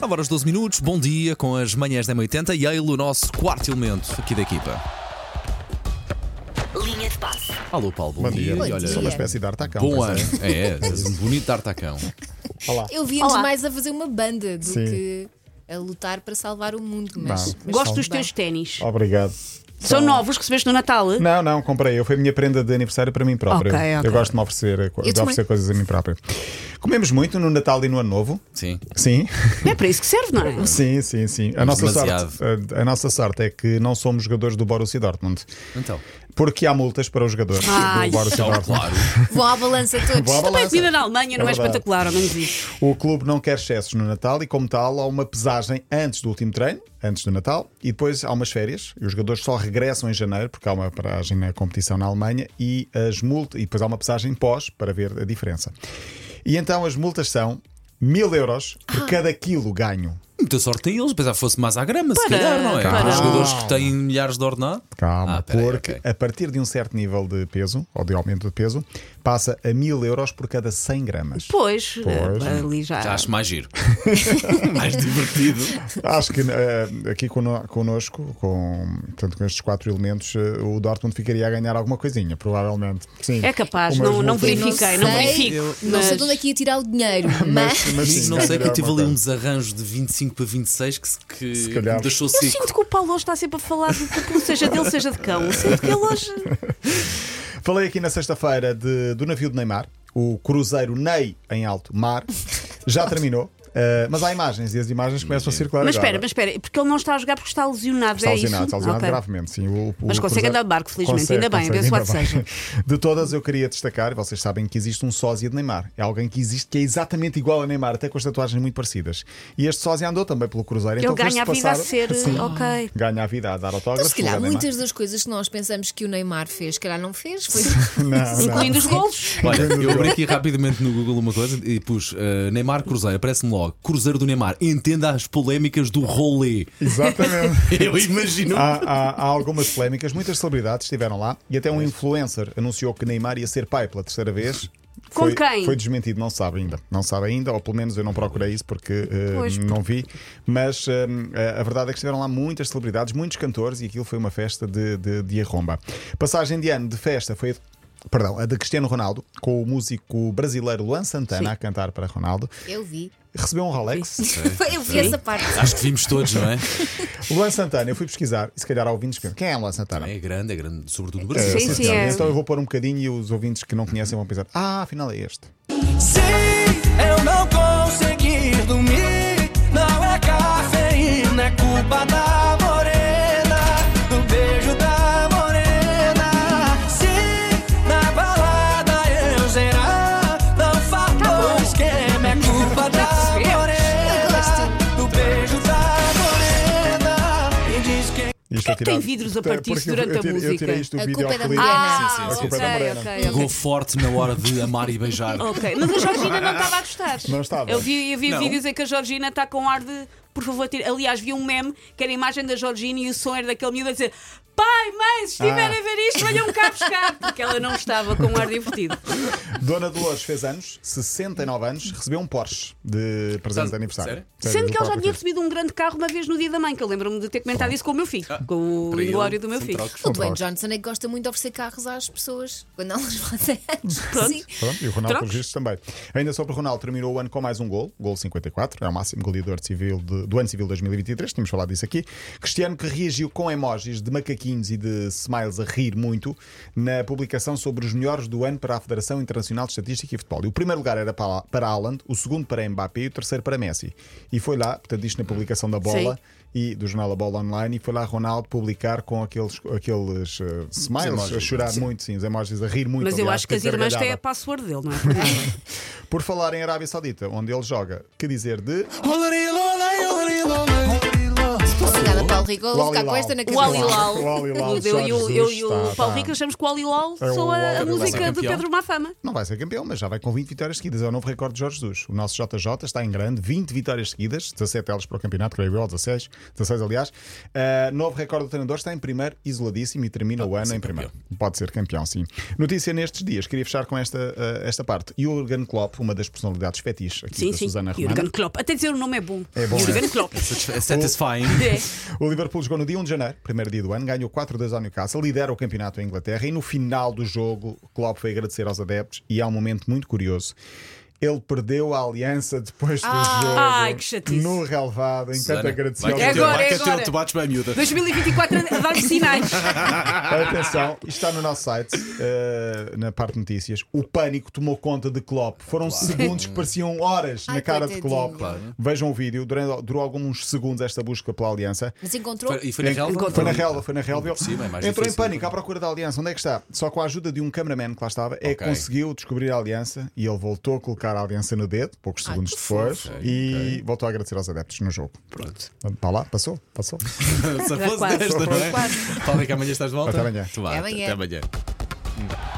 9 horas 12 minutos, bom dia com as manhãs da 80 e ele, o nosso quarto elemento aqui da equipa. Linha de passe. Alô, Paulo, bom, Bom dia. Bom olha, dia. Sou uma espécie de artacão. bom mas ano. É, é, és um bonito tartacão. Olá. Eu via-nos Olá. mais a fazer uma banda do Sim. que a lutar para salvar o mundo. Mas, Não. mas Gosto tudo dos bem. teus ténis. Obrigado. São novos, recebeste no Natal? Não, não, comprei. Eu foi a minha prenda de aniversário para mim próprio. Ok, ok. Eu gosto de me oferecer, de também. oferecer coisas a mim próprio. Comemos muito no Natal e no Ano Novo. Sim. Sim. É para isso que serve, não é? Sim, sim, sim. A nossa, demasiado. sorte, a, a nossa sorte é que não somos jogadores do Borussia Dortmund. Então, Porque há multas para os jogadores Ai, do Borussia então, Dortmund. claro. Vão à balança todos. Vou à Também a balança. comida da Alemanha não é, É verdade. espetacular, ao menos isso. O clube não quer excessos no Natal e, como tal, há uma pesagem antes do último treino, antes do Natal, e depois há umas férias. E os jogadores só regressam em janeiro, porque há uma paragem na competição na Alemanha, e as multas, e depois há uma pesagem pós para ver a diferença. E então as multas são mil euros Ah. por cada quilo ganho. Muita sorte a eles, pensava que fosse mais à grama, se Para, calhar, não é? para. Os jogadores que têm milhares de ordenado. Calma, Ah, peraí, porque ok. a partir de um certo nível de peso, ou de aumento de peso, passa a mil euros por cada 100 gramas. Pois, é, Pois. ali já. Já acho mais giro. mais divertido. Acho que eh, aqui cono- conosco, com, portanto, com estes quatro elementos, eh, o Dortmund ficaria a ganhar alguma coisinha, provavelmente. Sim. É capaz, Umas não, não multas- verifiquei, não sei, verifico. Não sei mas- de onde é que ia tirar o dinheiro, mas. Mas, mas sim, não sei que eu ganharia tive ali alguma um desarranjo de 25 para 26 que, se- que, que calhar. me deixou Eu seco. sinto que o Paulo hoje está sempre a falar do que seja dele, seja de cão. Eu Sinto que ele hoje. coisa. Falei aqui na sexta-feira de- do navio de Neymar, o cruzeiro Ney em alto mar, já terminou. eh, mas há imagens e as imagens começam a circular. Mas agora. espera, mas espera, porque ele não está a jogar porque está lesionado, Está é isso? lesionado, está lesionado Ok. gravemente, sim. O- o- Mas consegue o Cruzeiro- andar de barco, felizmente. Ainda bem, abençoado ainda bem. De todas, eu queria destacar, vocês sabem que existe um sósia de Neymar. É alguém que existe que é exatamente igual a Neymar, até com as tatuagens muito parecidas. E este sósia andou também pelo Cruzeiro. Ele então ganha a fez-se vida a passar- ser. eh, Sim, Ok. ganha a vida a dar Então, autógrafos. se calhar, a Neymar. muitas das coisas que nós pensamos que o Neymar fez, se calhar não fez. Foi... Não, não. Incluindo os golos. Olha, eu abri aqui rapidamente no Google uma coisa e pus eh, Neymar Cruzeiro, aparece-me logo. Cruzeiro do Neymar, entenda as polémicas do rolê. Ah, Exatamente. Eu imagino. Há, há- há algumas polémicas, muitas celebridades estiveram lá e até um influencer anunciou que Neymar ia ser pai pela terceira vez. Com foi, quem? Foi desmentido, não se sabe ainda. Não se sabe ainda, ou pelo menos eu não procurei isso porque eh, Pois, porque- não vi. Mas eh, a verdade é que estiveram lá muitas celebridades, muitos cantores e aquilo foi uma festa de, de, de arromba. Passagem de ano de festa foi. Perdão, a de Cristiano Ronaldo, com o músico brasileiro Luan Santana Sim. a cantar para Ronaldo. Eu vi. Recebeu um Rolex. Foi- Eu vi essa parte. Acho que vimos todos, não é? Luan Santana, eu fui pesquisar, e se calhar há ouvintes que pensam, quem é Luan Santana? É grande, é grande, sobretudo no É, Brasil. Sim, sim, sim, senhora. é. Então eu vou pôr um bocadinho e os ouvintes que não conhecem vão pensar: ah, afinal é este. Se eu não conseguir dormir, não é cafeína, é culpa da morena, do beijo da morena. Se na balada eu zerar, não faltou esquema, é culpa da morena, do beijo da morena. E diz quem Isto é que tem vidros a Até partir-se porque eu- durante eu a tirei- Eu música? tirei isto do A vídeo culpa é da Ah, Morena. sim, sim, ok, sim. ok, ok. Pegou forte na hora de amar e beijar. Ok, mas a Georgina não estava a gostar. Não estava. Eu vi, eu vi Não. vídeos em que a Georgina está com ar de. Por favor, tira. Aliás, vi um meme que era a imagem da Georgina e o som era daquele miúdo a dizer: Pai, mãe, se Ah. estiverem a ver isto, venham cá buscar. Porque ela não estava com um ar divertido. Ah. Dona Dolores fez anos, 69 anos, recebeu um Porsche de presente de Sério? aniversário. Sério? Sendo do que ela já tinha próprio filho. recebido um grande carro uma vez no dia da mãe, que eu lembro-me de ter comentado isso com o meu Ah. filho, com o Para ele, Glória do meu são filho. trocos. O Dwayne Johnson é que gosta muito de oferecer carros às pessoas quando elas fazem anos. Sim. Pronto, e o Ronaldo, Trocos. pelos vistos, também. Ainda sobre o Ronaldo, terminou o ano com mais um gol, gol 54, é o máximo goleador civil de- do ano civil 2023, tínhamos falado disso aqui. Cristiano que reagiu com emojis de macaquinhos e de smiles a rir muito na publicação sobre os melhores do ano para a Federação Internacional de Estatística e Futebol. E o primeiro lugar era para, para Haaland, o segundo para Mbappé e o terceiro para Messi. E foi lá, portanto, isto na publicação da bola. E do jornal A Bola Online, e foi lá Ronaldo publicar com aqueles, aqueles eh, smiles, a emojis. chorar muito, sim, os emojis a rir muito. Mas eu aliás, acho que com as irmãs têm gargalhada. a password dele, não é? Por falar em Arábia Saudita, onde ele joga, que dizer de. Olorilo, olai, olorilo, olai. Obrigada, Paulo. Paulo Rico, eu vou ficar com esta na O Ali cabeça. Lau. O Ali Lau, Eu, e o- Jorge eu Jesus, e o tá, Paulo tá. Rico achamos que o Ali Lau É o sou a, a Ali Lau. Vai música ser do campeão. Pedro Mafama. Não vai ser campeão, mas já vai com 20 vitórias seguidas. É o novo recorde de Jorge Jesus. O nosso JJ está em grande, 20 vitórias seguidas, 17 elas para o campeonato, creio eu, 16, 16 aliás. Uh, novo recorde do treinador está em primeiro, isoladíssimo e termina o ano ser em campeão. primeiro. Pode ser campeão, sim. Notícia nestes dias, queria fechar com esta, uh, esta parte. Jürgen Klopp, uma das personalidades fetiches aqui Sim, da sim. Tipo Susana Romana. Jürgen Klopp. Até dizer o nome é bom. É bom, Jürgen é? Klopp. Satisf- Satisfying. É. O Liverpool jogou no dia 1 de janeiro, primeiro dia do ano, ganhou 4-2 ao Newcastle, lidera o campeonato em Inglaterra e no final do jogo, Klopp foi agradecer aos adeptos e há um momento muito curioso. Ele perdeu a aliança depois do jogo Ah, ai, que chatice. no relevado, enquanto Susana, agradeceu vai aos que É teu- agora, vai é que teu- agora. Tu bates bem, miúda. 2024 a dar sinais. Atenção, isto está no nosso site, eh, na parte de notícias. O pânico tomou conta de Klopp. Foram segundos que pareciam horas na Ai, cara de coitadinho. Klopp. Claro. Vejam o vídeo, durou, durou alguns segundos esta busca pela aliança. Mas encontrou? E foi na real? Foi na relva, foi na relva. Ele cima é mais Entrou em difícil. pânico à procura da aliança. Onde é que está? Só com a ajuda de um cameraman que lá estava, é que Ok. conseguiu descobrir a aliança e ele voltou a colocar a aliança no dedo, poucos segundos que depois, fofo. e voltou a agradecer aos adeptos no jogo. Pronto. Está lá, passou, passou. Se Já fosse quase. desta, não é? Quase. Paulo, que amanhã estás de volta? Até amanhã. Tu vá, Até amanhã. Até amanhã.